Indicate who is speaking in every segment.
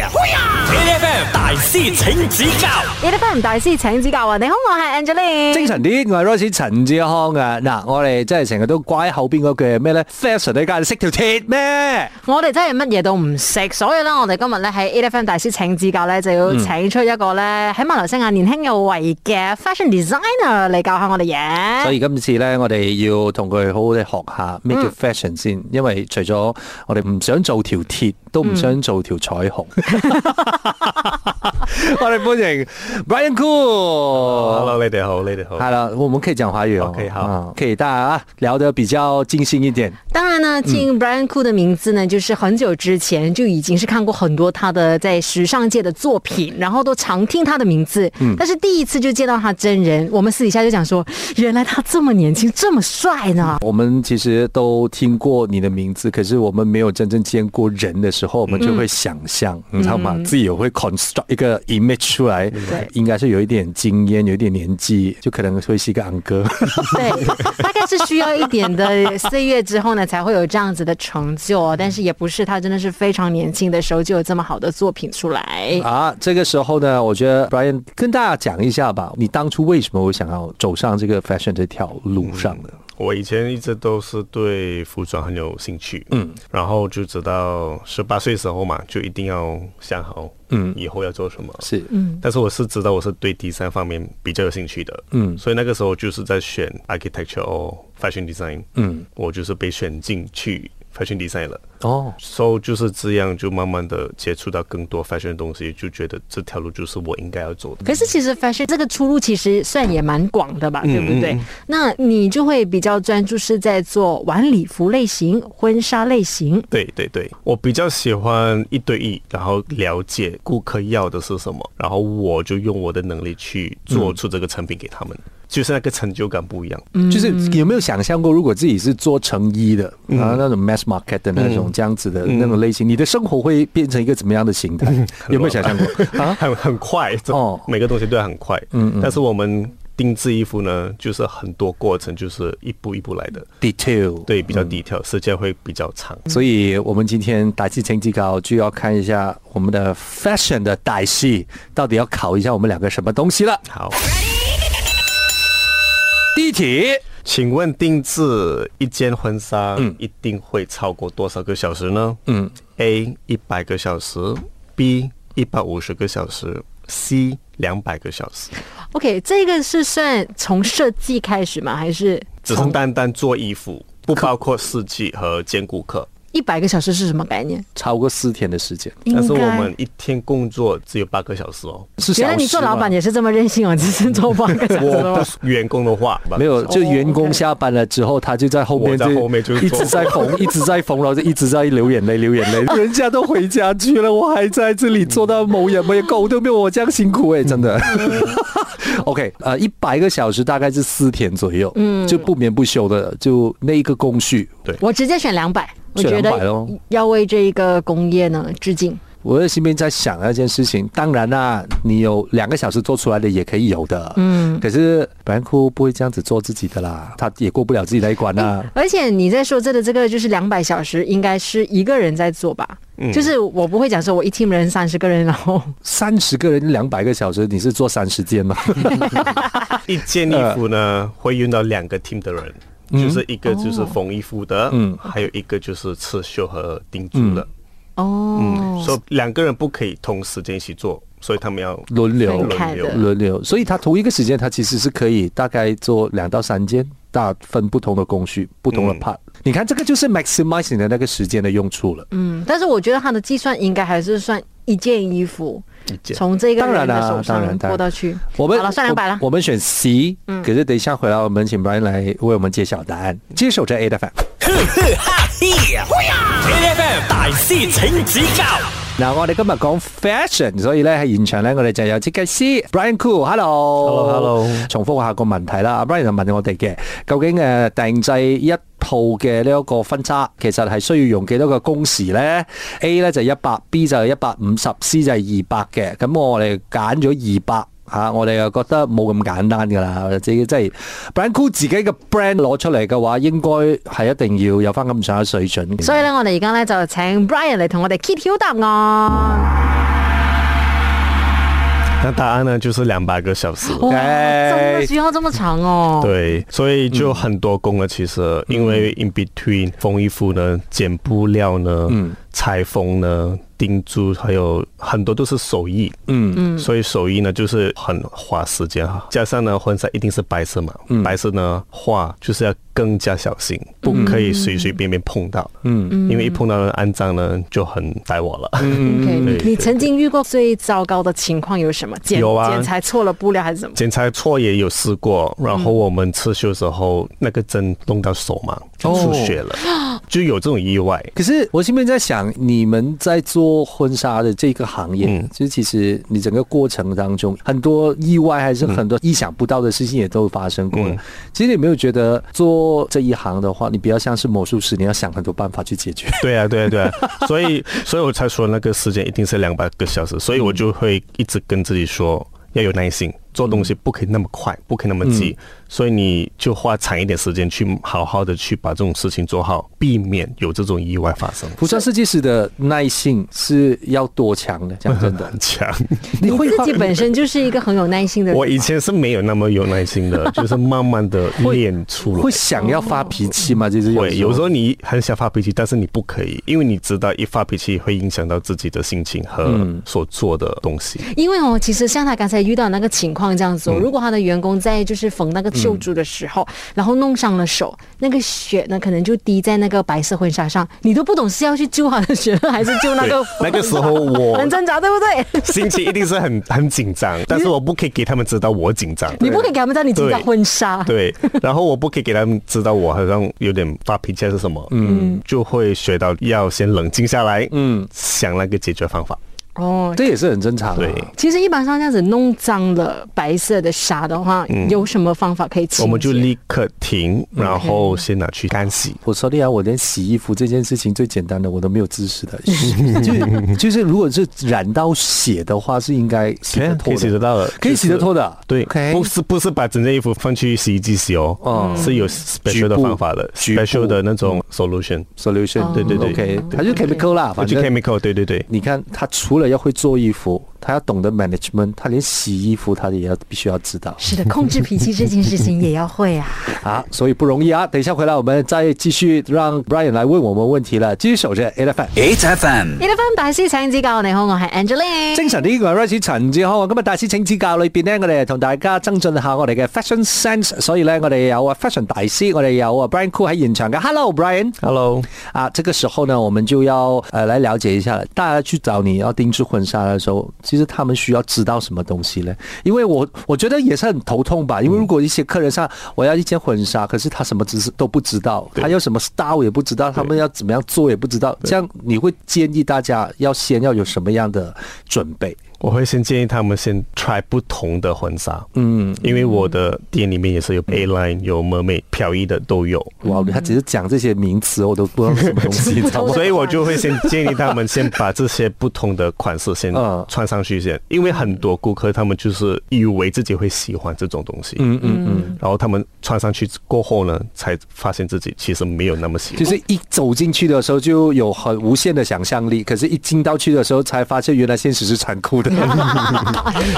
Speaker 1: FM 大師請指教
Speaker 2: 有啲唔大師請指教啊！你好，我係 Angeline。
Speaker 3: 精神啲，我係 Royce 陳志康啊！嗱，我哋真係成日都掛喺後邊嗰句咩咧？Fashion 呢家你識條鐵咩？
Speaker 2: 我哋真係乜嘢都唔識，所以咧，我哋今日咧喺 A F M 大師請指教咧，就要
Speaker 3: 嗯
Speaker 2: 請出一個咧喺馬來西亞年輕有為嘅 fashion designer 嚟教下我哋嘢。
Speaker 3: 所以今次咧，我哋要同佢好好地學下咩叫 fashion 先，因為除咗我哋唔想做條鐵，都唔想做條彩虹。我哋歡迎 Brian Cool。
Speaker 1: Hello，你哋好，你哋好。
Speaker 3: 好了，我們可以講華語哦。
Speaker 1: 哦 OK，好
Speaker 3: 嗯，可以大家啊聊得比較盡興一點。
Speaker 2: 當然
Speaker 3: 嗯
Speaker 2: 呢，聽 Brian Cool 的名字呢，就是很久之前就已經是看過很多他的在時尚界的作品，然後都常聽他的名字。
Speaker 3: 嗯
Speaker 2: 但是第一次就見到他真人，我們私底下就講說，原來他這麼年輕，這麼帥呢。
Speaker 3: 我們其實都聽過你的名字，可是我們沒有真正见过人的时候，我们就会想象，你知道吗？自己也会 construct 一个 image 出来，应该是有一点经验，有一点年纪，就可能会是一个昂哥。
Speaker 2: 对，大概是需要一点的岁月之后呢，才会有这样子的成就。
Speaker 4: 嗯
Speaker 2: 但是也不是他真的是非常年轻的时候就有这么好的作品出来。
Speaker 3: 啊，这个时候呢，我觉得 Brian 跟大家讲一下吧，你当初为什么会想要走上这个 fashion 这条路上呢？
Speaker 4: 我以前一直都是对服装很有兴趣，嗯，然后就直到十八岁时候嘛，就一定要想好，嗯，以后要做什么。
Speaker 3: 是，
Speaker 4: 但是我是知道我是对第三方面比较有兴趣的，
Speaker 3: 嗯
Speaker 4: 所以那个时候就是在选 architecture or fashion design，
Speaker 3: 嗯，
Speaker 4: 我就是被选进去 fashion design 了。
Speaker 3: 哦，
Speaker 4: so 就是这样，就慢慢的接触到更多 fashion 的东西，就觉得这条路就是我应该要走的。
Speaker 2: 可是其实 fashion 这个出路其实算也蛮广的
Speaker 4: 嗯
Speaker 2: 吧，对不对？那你就会比较专注是在做晚礼服类型、婚纱类型。
Speaker 4: 对对对，我比较喜欢一对一，然后了解顾客要的是什么，然后我就用我的能力去做出这个产品给他们，就是嗯那个成就感不一样。
Speaker 2: 嗯
Speaker 3: 就是有没有想象过，如果自己是做成衣的，
Speaker 2: 嗯
Speaker 3: 啊，那种 mass market 的那种这样子的那种类型，你的生活会变成一个怎么样的形态？
Speaker 2: 嗯
Speaker 3: 有没有想 象过啊？
Speaker 4: 很很快，
Speaker 3: 哦
Speaker 4: 哦，每个东西都要很快。
Speaker 3: 嗯嗯
Speaker 4: 但是我们定制衣服呢，就是很多过程，就是一步一步来的，
Speaker 3: detail
Speaker 4: 对，比较低调，时间会比较长。
Speaker 3: 所以我们今天打气成绩高，就要看一下我们的 fashion 的歹戏到底要考一下我们两个什么东西了。
Speaker 4: 好，
Speaker 3: 第一题，
Speaker 4: 请问定制一件婚纱，一定会超过多少个小时呢？
Speaker 3: 嗯
Speaker 4: ，A 一百个小时，B 一百五十个小时，C 两百个小时。
Speaker 2: OK，这个是算从设计开始吗？还是
Speaker 4: 只是单单做衣服，不包括设计和兼顾客。
Speaker 2: 一百个小时是什么概念？
Speaker 3: 超过四天的时间
Speaker 4: 但是
Speaker 2: 应
Speaker 4: 我
Speaker 2: 该
Speaker 4: 们一天工作只有八个小时哦。
Speaker 3: 是小时
Speaker 2: 原来
Speaker 3: 吗
Speaker 2: 你做老板也是这么任性哦，只是做八个小时
Speaker 4: 我
Speaker 2: 哦。
Speaker 4: 不员工的话，
Speaker 3: 没有，就员工下班了之后，他就在后面
Speaker 4: 哦我在后面就
Speaker 3: 一直在 缝，一直在缝，然后就一直在流眼泪，流眼泪。人家都回家去了，我还在这里做到某人，没有狗都没有我这样辛苦哎、真的。OK，呃，
Speaker 4: 嗯
Speaker 3: 一百个小时大概是四天左右，嗯，就不眠不休的，就那一个工序。
Speaker 2: 我直接选两百，我
Speaker 3: 选
Speaker 2: 觉
Speaker 3: 200
Speaker 2: 得
Speaker 3: 咯
Speaker 2: 要为这一个工业呢致敬。
Speaker 3: 我在心里面在想那件事情，当然啦、你有两个小时做出来的也可以有的，嗯，可是白兰库不会这样子做自己的啦，他也过不了自己那一关啊啦、
Speaker 2: 而且你在说这个这个就是两百小时，应该是一个人在做吧？
Speaker 3: 嗯
Speaker 2: 就是我不会讲说我一 team 人三十个人，然后
Speaker 3: 三十个人两百个小时，你是做三十 件吗？
Speaker 4: 一件衣服呢会用到两个 team 的人，
Speaker 3: 嗯
Speaker 4: 就是一个就是缝衣服的，嗯，还有一个就是刺绣和钉珠的，
Speaker 2: 哦
Speaker 4: 嗯，，所以两个人不可以同时间一起做，所以他们要
Speaker 3: 轮流
Speaker 2: 分开的
Speaker 3: 轮流，所以他同一个时间，他其实是可以大概做两到三件，大分不同的工序、不同的
Speaker 4: 嗯
Speaker 3: part。你看，这个就是 maximize 你的那个时间的用处了。
Speaker 2: 嗯，但是我觉得他的计算应该还是算一件衣服，
Speaker 4: 一件。
Speaker 2: 从这个
Speaker 3: 当然
Speaker 2: 人的
Speaker 3: 啦
Speaker 2: 手
Speaker 3: 当然
Speaker 2: 上
Speaker 3: 当然
Speaker 2: 过到去。
Speaker 3: 我们
Speaker 2: 好了，算两百了嗯
Speaker 3: 我。我们选 C，可是等一下回来，我们请 Brian 来为我们揭晓答案。接手这 A 的范。
Speaker 1: ，FM 大師請指教
Speaker 3: 嗱，我哋今日講 fashion，所以咧喺現場咧，我哋就有設計師 Brian Cool，hello。
Speaker 4: Hello，hello
Speaker 3: 重複下個問題啦，阿 Brian 就問我哋嘅，究竟誒定製一套嘅呢一個婚紗，其實係需要用幾多個工時咧？A 咧就一百，B 就一百五十，C 就係二百嘅。咁我哋揀咗二百。嚇、我哋又覺得冇咁簡單㗎啦，或者即係 brand cool 自己嘅 brand 攞出嚟嘅話，應該係一定要有翻咁上下水準。
Speaker 2: 所以咧，我哋而家咧就請 Brian 嚟同我哋揭曉答案。
Speaker 4: 那答案呢就是两百个小时。
Speaker 2: 哇，
Speaker 3: 哎
Speaker 2: 真的需要这么长哦？
Speaker 4: 对，所以就很多工了。其实，因为 in between 缝衣服呢、剪布料呢、裁缝呢、钉珠，还有很多都是手艺。嗯嗯，所以手艺呢就是很花时间哈。加上呢，婚纱一定是白色嘛，白色呢画就是要更加小心，不可以随随便便碰到。嗯嗯，因为一碰到呢肮脏呢就很带我了。
Speaker 2: OK，
Speaker 4: 嗯对
Speaker 2: 你曾经遇过最糟糕的情况有什么？剪
Speaker 4: 有啊
Speaker 2: 剪裁错了布料还是什么？
Speaker 4: 剪裁错也有试过，
Speaker 3: 嗯
Speaker 4: 然后我们刺绣的时候，那个针弄到手嘛，
Speaker 3: 哦
Speaker 4: 出血了， 就有这种意外。
Speaker 3: 可是我心里面在想，你们在做婚纱的这个行业，
Speaker 4: 嗯
Speaker 3: 就其实你整个过程当中，很多意外还是很多意想不到的事情也都发生过了。
Speaker 4: 嗯
Speaker 3: 其实你有没有觉得做这一行的话，你比较像是魔术师，你要想很多办法去 解决。
Speaker 4: 对啊，对啊，对 啊，所以，所以我才说那个时间一定是两百个小时，所以我就会一直跟自己说要有耐心，做东西不可以那么快，
Speaker 3: 嗯
Speaker 4: 不可以那么急，所以你就花长一点时间去好好的去把这种事情做好，避免有这种意外发 生。
Speaker 3: 服装设计师的耐性是要多强的？讲真的，
Speaker 4: 很强，
Speaker 3: 你会
Speaker 2: 自己本身就是一个很有耐心的人。
Speaker 4: 我以前是没有那么有耐心的，就是慢慢的练出来。
Speaker 3: 会想要发脾气吗？就是有
Speaker 4: 会，有时
Speaker 3: 时候
Speaker 4: 候你很想发脾气，但是你不可以，因为你知道一发脾气会影响到自己的心情和所做的东西。
Speaker 2: 因为哦，其实像他刚才遇到那个情况这样子、哦，
Speaker 4: 嗯
Speaker 2: 如果他的员工在就是缝那个绣珠的时候，然后弄伤了手，那个血呢可能就滴在那个白色婚纱上，你都不懂是要去救他的血，还是救那个
Speaker 4: 对那个时候我
Speaker 2: 很挣扎，对不对？
Speaker 4: 心情一定是很 很紧张，但是我不可以给他们知道我紧张。
Speaker 2: 你不可以给他们知道你紧张
Speaker 4: 对
Speaker 2: 婚纱。
Speaker 4: 对，然后我不可以给他们知道我好像有点发脾气还是什么，嗯，就会学到要先冷静下来，嗯，想那个解决方法。
Speaker 2: 哦，
Speaker 3: 这也是很正常啊的、
Speaker 4: 对
Speaker 2: 其实一般上这样子弄脏了白色的纱的话，有什么方法可以清
Speaker 4: 嗯
Speaker 2: 洁？
Speaker 4: 我们就立刻停，然后先拿去干洗。
Speaker 3: 我说哎的呀，我连洗衣服这件事情最简单的我都没有知 识的，就是就是如果是染到血的话，是应该洗得
Speaker 4: 哎可
Speaker 3: 脱
Speaker 4: 以洗
Speaker 3: 的，
Speaker 4: 得到的，
Speaker 3: 哎可以洗得脱的，
Speaker 4: 对哦
Speaker 3: OK
Speaker 4: 不是不是把整件衣服放去洗衣机洗哦，
Speaker 3: 哦
Speaker 4: 是有 special
Speaker 3: 局
Speaker 4: 的
Speaker 3: 部
Speaker 4: 方法的
Speaker 3: 局部嗯
Speaker 4: ，special 的那种 solution，
Speaker 3: solution，
Speaker 4: 对对对
Speaker 3: ，OK，
Speaker 4: 哦对
Speaker 3: 它就是 chemical 啦，
Speaker 4: 我
Speaker 3: 反
Speaker 4: 去
Speaker 3: 正。
Speaker 4: chemical，对对对，
Speaker 3: 你看，他除了要会做衣服，他要懂得 management，他连洗衣服他也要必须要知道
Speaker 2: 是的，控制脾气这件事情也要会 啊。
Speaker 3: 啊，所以不容易啊。等一下回来，我们再继续让 Brian 来问我们问题了。继续守着 A F M。
Speaker 2: 一分大師請指教，你好，我係 Angeline。
Speaker 3: 精神呢個係 Rice 陳志康啊，今日大師請指教裏邊呢，我哋同大家增進下我哋嘅 fashion sense，所以呢，我哋有啊 fashion 大師，我哋有啊 Brian Cool 喺現場嘅。Hello Brian，
Speaker 4: Hello，
Speaker 3: 啊，這個時候呢，我們就要呃來了解一下了，大家去找你要定制婚紗的時候，其實他們需要知道什麼東西呢？因為我我覺得也是很頭痛吧，因為如果一些客人上我要一件婚紗，可是他什麼知識都不知道，
Speaker 4: 對
Speaker 3: 他要什麼 style 也不知道，他們要怎麼樣做也不知道，這樣你會建議大家要先要有什麼樣的準備？
Speaker 4: 我会先建议他们先 try 不同的婚纱，嗯，因为我的店里面也是有 A line、有 mermaid、飘逸的都有，
Speaker 3: 哇，他只是讲这些名词，我都不知道是什么 东西，你知道吗？
Speaker 4: 嗯所以我就会先建议他们先把这些不同的款式先
Speaker 3: 嗯
Speaker 4: 穿上去先，因为很多顾客他们就是以为自己会喜欢这种东西，嗯嗯嗯，然后他们穿上去过后呢，才发现自己其实没有那么喜欢
Speaker 3: 就。是一走进去的时候就有很无限的想象力，可是一进到去的时候才发现原来现实是残酷的。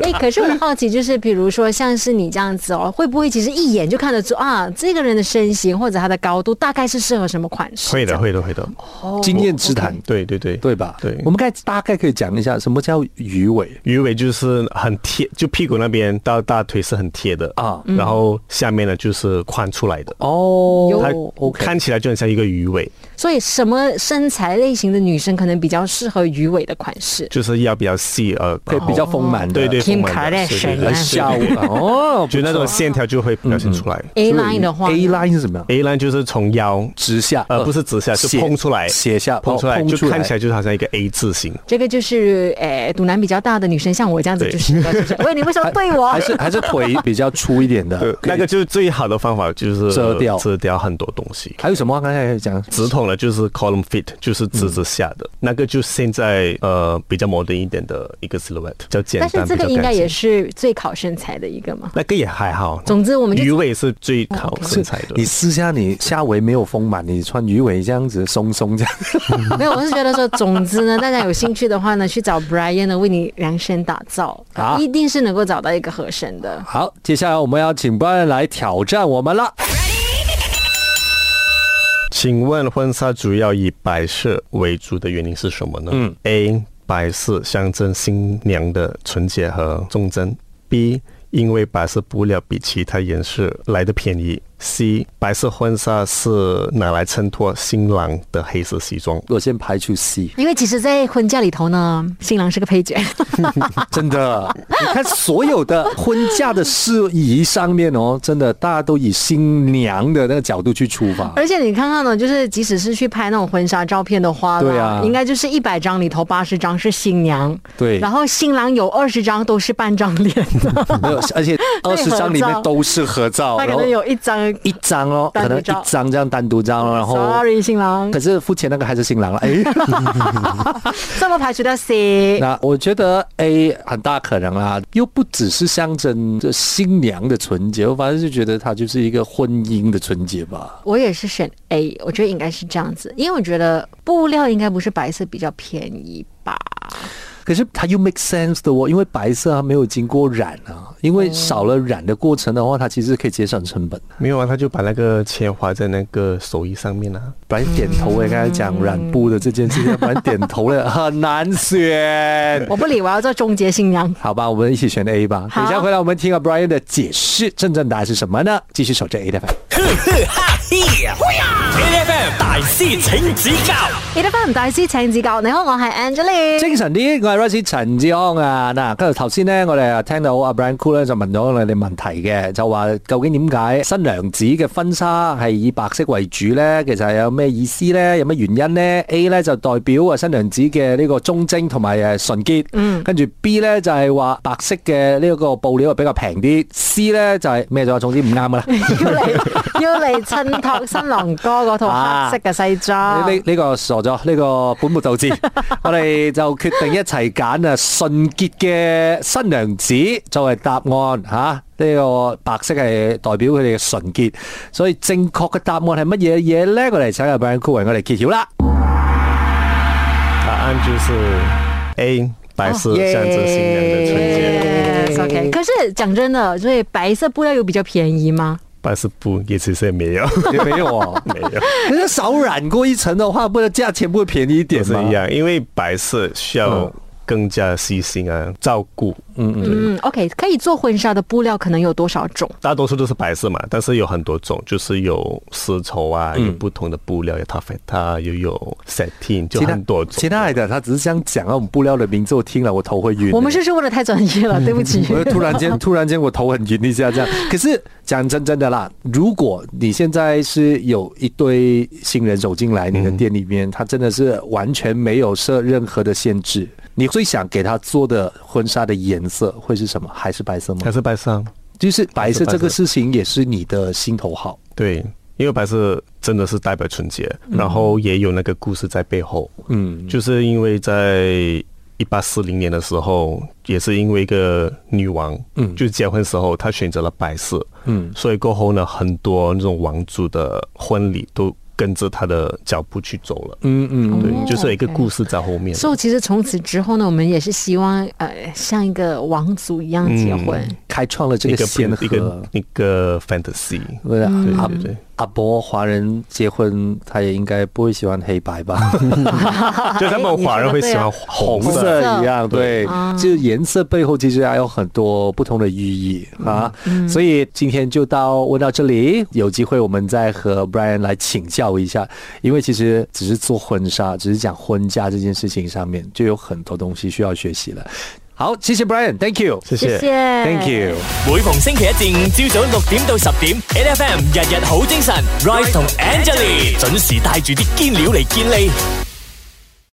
Speaker 2: 哎，可是我很好奇，就是比如说像是你这样子哦，会不会其实一眼就看得出啊，这个人的身形或者他的高度大概是适合什么款式？
Speaker 4: 会的，会的，会的，
Speaker 2: 哦
Speaker 3: 经验之谈，
Speaker 4: 对对对
Speaker 3: 对吧？
Speaker 4: 对
Speaker 3: 我们该大概可以讲一下什么叫鱼尾。
Speaker 4: 鱼尾就是很贴，就屁股那边到大腿是很贴的
Speaker 3: 啊
Speaker 4: 然后下面呢就是宽出来的，
Speaker 3: 哦
Speaker 2: 有
Speaker 4: 它
Speaker 3: OK
Speaker 4: 看起来就很像一个鱼尾，
Speaker 2: 所以什么身材类型的女生可能比较适合鱼尾的款式？
Speaker 4: 就是腰比较细，呃，
Speaker 3: 可以比较丰满的，
Speaker 4: 对对，
Speaker 2: Kim
Speaker 4: 丰满的，对对
Speaker 2: Kardashian
Speaker 4: 对
Speaker 3: 来
Speaker 2: 啊
Speaker 3: 笑哦，
Speaker 4: 就那种线条就会表现出来。
Speaker 2: A line 的话呢
Speaker 3: A line 是什么呀？
Speaker 4: A line 就是从腰
Speaker 3: 直下，
Speaker 4: 呃不是直下，是
Speaker 3: 斜
Speaker 4: 碰出来，
Speaker 3: 斜下，
Speaker 4: 碰出来
Speaker 3: 哦
Speaker 4: 就看起来就是好像一个 A 字形。
Speaker 2: 这个就是诶，肚腩比较大的女生，像我这样子
Speaker 4: 对
Speaker 2: 就是了，就是喂，你为什么对 我
Speaker 3: 还？是还是腿比较粗一点的，
Speaker 4: 那个就是最好的方法，就是
Speaker 3: 遮掉
Speaker 4: 遮掉很多东西。
Speaker 3: 还有什么话刚才讲？
Speaker 4: 直头统呢，就是 column fit，就是直直下的、那个，就现在呃比较 modern 一点的一个 silhouette，比较简
Speaker 2: 但
Speaker 4: 单。
Speaker 2: 是这个
Speaker 4: 比较
Speaker 2: 应该
Speaker 4: 干净
Speaker 2: 也是最考身材的一个嘛。
Speaker 4: 那个也还好。
Speaker 2: 总之我们就哦
Speaker 4: 鱼尾是最考身材的。
Speaker 3: 你私下你下围没有丰满，你穿鱼尾这样子松松这样，
Speaker 2: 没有，我是觉得说，总之呢，大家有兴趣的话呢，去找 Brian 呢为你量身打造，
Speaker 3: 啊
Speaker 2: 一定是能够找到一个合身的。
Speaker 3: 好，接下来我们要请 Brian 来挑战我们了。
Speaker 4: 请问婚纱主要以白色为主的原因是什么呢？嗯，A 白色象征新娘的纯洁和忠贞。B 因为白色布料比其他颜色来的便宜。C 白色婚纱是拿来衬托新郎的黑色西装。
Speaker 3: 我先排除 C，
Speaker 2: 因为其实，在婚嫁里头呢，新郎是个配角，
Speaker 3: 啊真的，你看所有的婚嫁的事宜上面哦，真的大家都以新娘的那个角度去出发。
Speaker 2: 而且你看看呢，就是即使是去拍那种婚纱照片的话啦，
Speaker 3: 对啊
Speaker 2: 应该就是一百张里头八十张是新娘，
Speaker 3: 对
Speaker 2: 然后新郎有二十张都是半张脸 的，
Speaker 3: 没有，而 且二十张里面都是合照，
Speaker 2: 他可
Speaker 3: 然后
Speaker 2: 能有一张
Speaker 3: 一张哦，
Speaker 2: 单
Speaker 3: 可
Speaker 2: 独
Speaker 3: 能一
Speaker 2: 照
Speaker 3: 张这样单独照，然后。
Speaker 2: ，sorry 新 郎
Speaker 3: 可，是付钱那个还是新郎了，哎，
Speaker 2: 这么排除掉 C，
Speaker 3: 那我觉得 A 很大可能啦，又不只是象征着新娘的纯洁，我反正就觉得它就是一个婚姻的纯洁吧。
Speaker 2: 我也是选 A，我觉得应该是这样子，因为我觉得布料应该不是白色比较便宜吧。
Speaker 3: 可是它又 make sense 的哦，因为白色它没有经过染啊，因为少了染的过程的话，它其实可以节省成本。
Speaker 4: 没有啊，他就把那个钱花在那个手艺上面啊。
Speaker 3: 不然点头哎诶，刚才讲染布的这件事情，不然点头了，很难选。
Speaker 2: 我不理，我要做终结新娘。
Speaker 3: 好吧，我们一起选 A 吧。
Speaker 2: 好
Speaker 3: 等一下回来，我们听下 Brian 的解释，真正答案是什么呢？继续守着 A 的 F。
Speaker 1: A F M 大师请指教
Speaker 2: 你得翻唔大師請指教，你好，我係 Angeline。
Speaker 3: 精神啲，我係 Rosie 陳志安啊！嗱，跟住頭先咧，我哋啊聽到阿 Brian Cool 咧就問咗我哋問題嘅，就話究竟點解新娘子嘅婚紗係以白色為主咧？其實有咩意思咧？有咩原因咧？A 咧就代表啊新娘子嘅呢個忠貞同埋誒純潔，嗯，跟住 B 咧就係話白色嘅呢個布料比較平啲，C 咧就係咩咗？總之唔啱噶啦。
Speaker 2: 要嚟要嚟襯托新郎哥嗰套黑色嘅西裝。
Speaker 3: 呢呢個傻咗，呢、個本末 倒置。我哋就決定一齊揀啊純潔嘅新娘子作為答案吓。呢、個白色係代表佢哋嘅純潔，所以正確嘅答案係乜嘢嘢呢？我哋請阿 Brian c o o 我哋揭曉啦。
Speaker 4: 答案就是 A 白色象征新娘的纯洁。
Speaker 2: Yes，OK。可是講真的，所以白色布料有比較便宜嗎？
Speaker 4: 白色布也其实也没有，
Speaker 3: 也没有 哦，
Speaker 4: 没有。
Speaker 3: 可是少染過一層的話，不然價錢不會便宜一
Speaker 4: 也
Speaker 3: 點
Speaker 4: 是啊
Speaker 3: 嗎
Speaker 4: 一？样，因为白色需要
Speaker 3: 嗯
Speaker 4: 更加细心啊，照顾。
Speaker 2: 嗯，OK，可以做婚紗的布料可能有多少种？
Speaker 4: 大多数都是白色嘛，但是有很多种，就是有丝绸啊，
Speaker 3: 嗯
Speaker 4: 有不同的布料，有 t a f e t a 又有 satin，就
Speaker 3: 其他
Speaker 4: 很多种。
Speaker 3: 其他来的，他只是这样讲啊，我们布料的名字我听了我头会晕。
Speaker 2: 我們是不是問得太專業了？對不起。
Speaker 3: 我就突然间，突然间我头很晕一下 这样。可是讲真真的啦，如果你现在是有一堆新人走进来你的店里面，他真的是完全没有设任何的限制，
Speaker 4: 嗯
Speaker 3: 你最想给他做的婚纱的颜色会是什么？还是白色吗
Speaker 4: 还？是白色啊，
Speaker 3: 就是
Speaker 4: 还
Speaker 3: 白色
Speaker 4: 是白色
Speaker 3: 这个事情也是你的心头好。
Speaker 4: 对，因为白色真的是代表纯洁，然后也有那个故事在背后。
Speaker 3: 嗯，
Speaker 4: 就是因为在一八四零年的时候，也是因为一个女王，
Speaker 3: 嗯
Speaker 4: 就结婚时候她选择了白色，
Speaker 3: 嗯
Speaker 4: 所以过后呢，很多那种王族的婚礼都跟着她的脚步去走了。
Speaker 3: 嗯嗯，
Speaker 4: 对，
Speaker 2: 哦
Speaker 4: 就是有一个
Speaker 2: OK
Speaker 4: 故事在后面。
Speaker 2: 所以其實從此之後呢，我們也是希望呃像一個王族一樣結婚。
Speaker 3: 开创了这
Speaker 4: 一
Speaker 3: 个
Speaker 4: 个
Speaker 3: 先
Speaker 4: 一
Speaker 3: 河
Speaker 4: 个。一个 fantasy，
Speaker 3: 对啊
Speaker 4: 对
Speaker 3: 阿
Speaker 4: 对对，
Speaker 3: 阿伯华人结婚，他也应该不会喜欢黑白吧？
Speaker 4: 就他们华人会喜
Speaker 2: 哎
Speaker 4: 欢
Speaker 2: 你
Speaker 4: 红
Speaker 3: 红
Speaker 4: 色。
Speaker 3: 色一样，对，
Speaker 2: 啊
Speaker 3: 就是颜色背后其实还有很多不同的寓意
Speaker 4: 嗯
Speaker 3: 啊。所以今天就到问到这里，有机会我们再和 Brian 来请教一下，因为其实只是做婚纱，只是讲婚嫁这件事情上面，就有很多东西需要学习了。好，谢谢 Brian，Thank
Speaker 4: 谢
Speaker 2: 謝
Speaker 4: 谢。
Speaker 2: 謝
Speaker 3: you，Thank you。
Speaker 1: 每逢星期一至五朝早六點到十點，A F M 日日好精神，Rise 同 Angelie 準時帶住啲堅料嚟健利。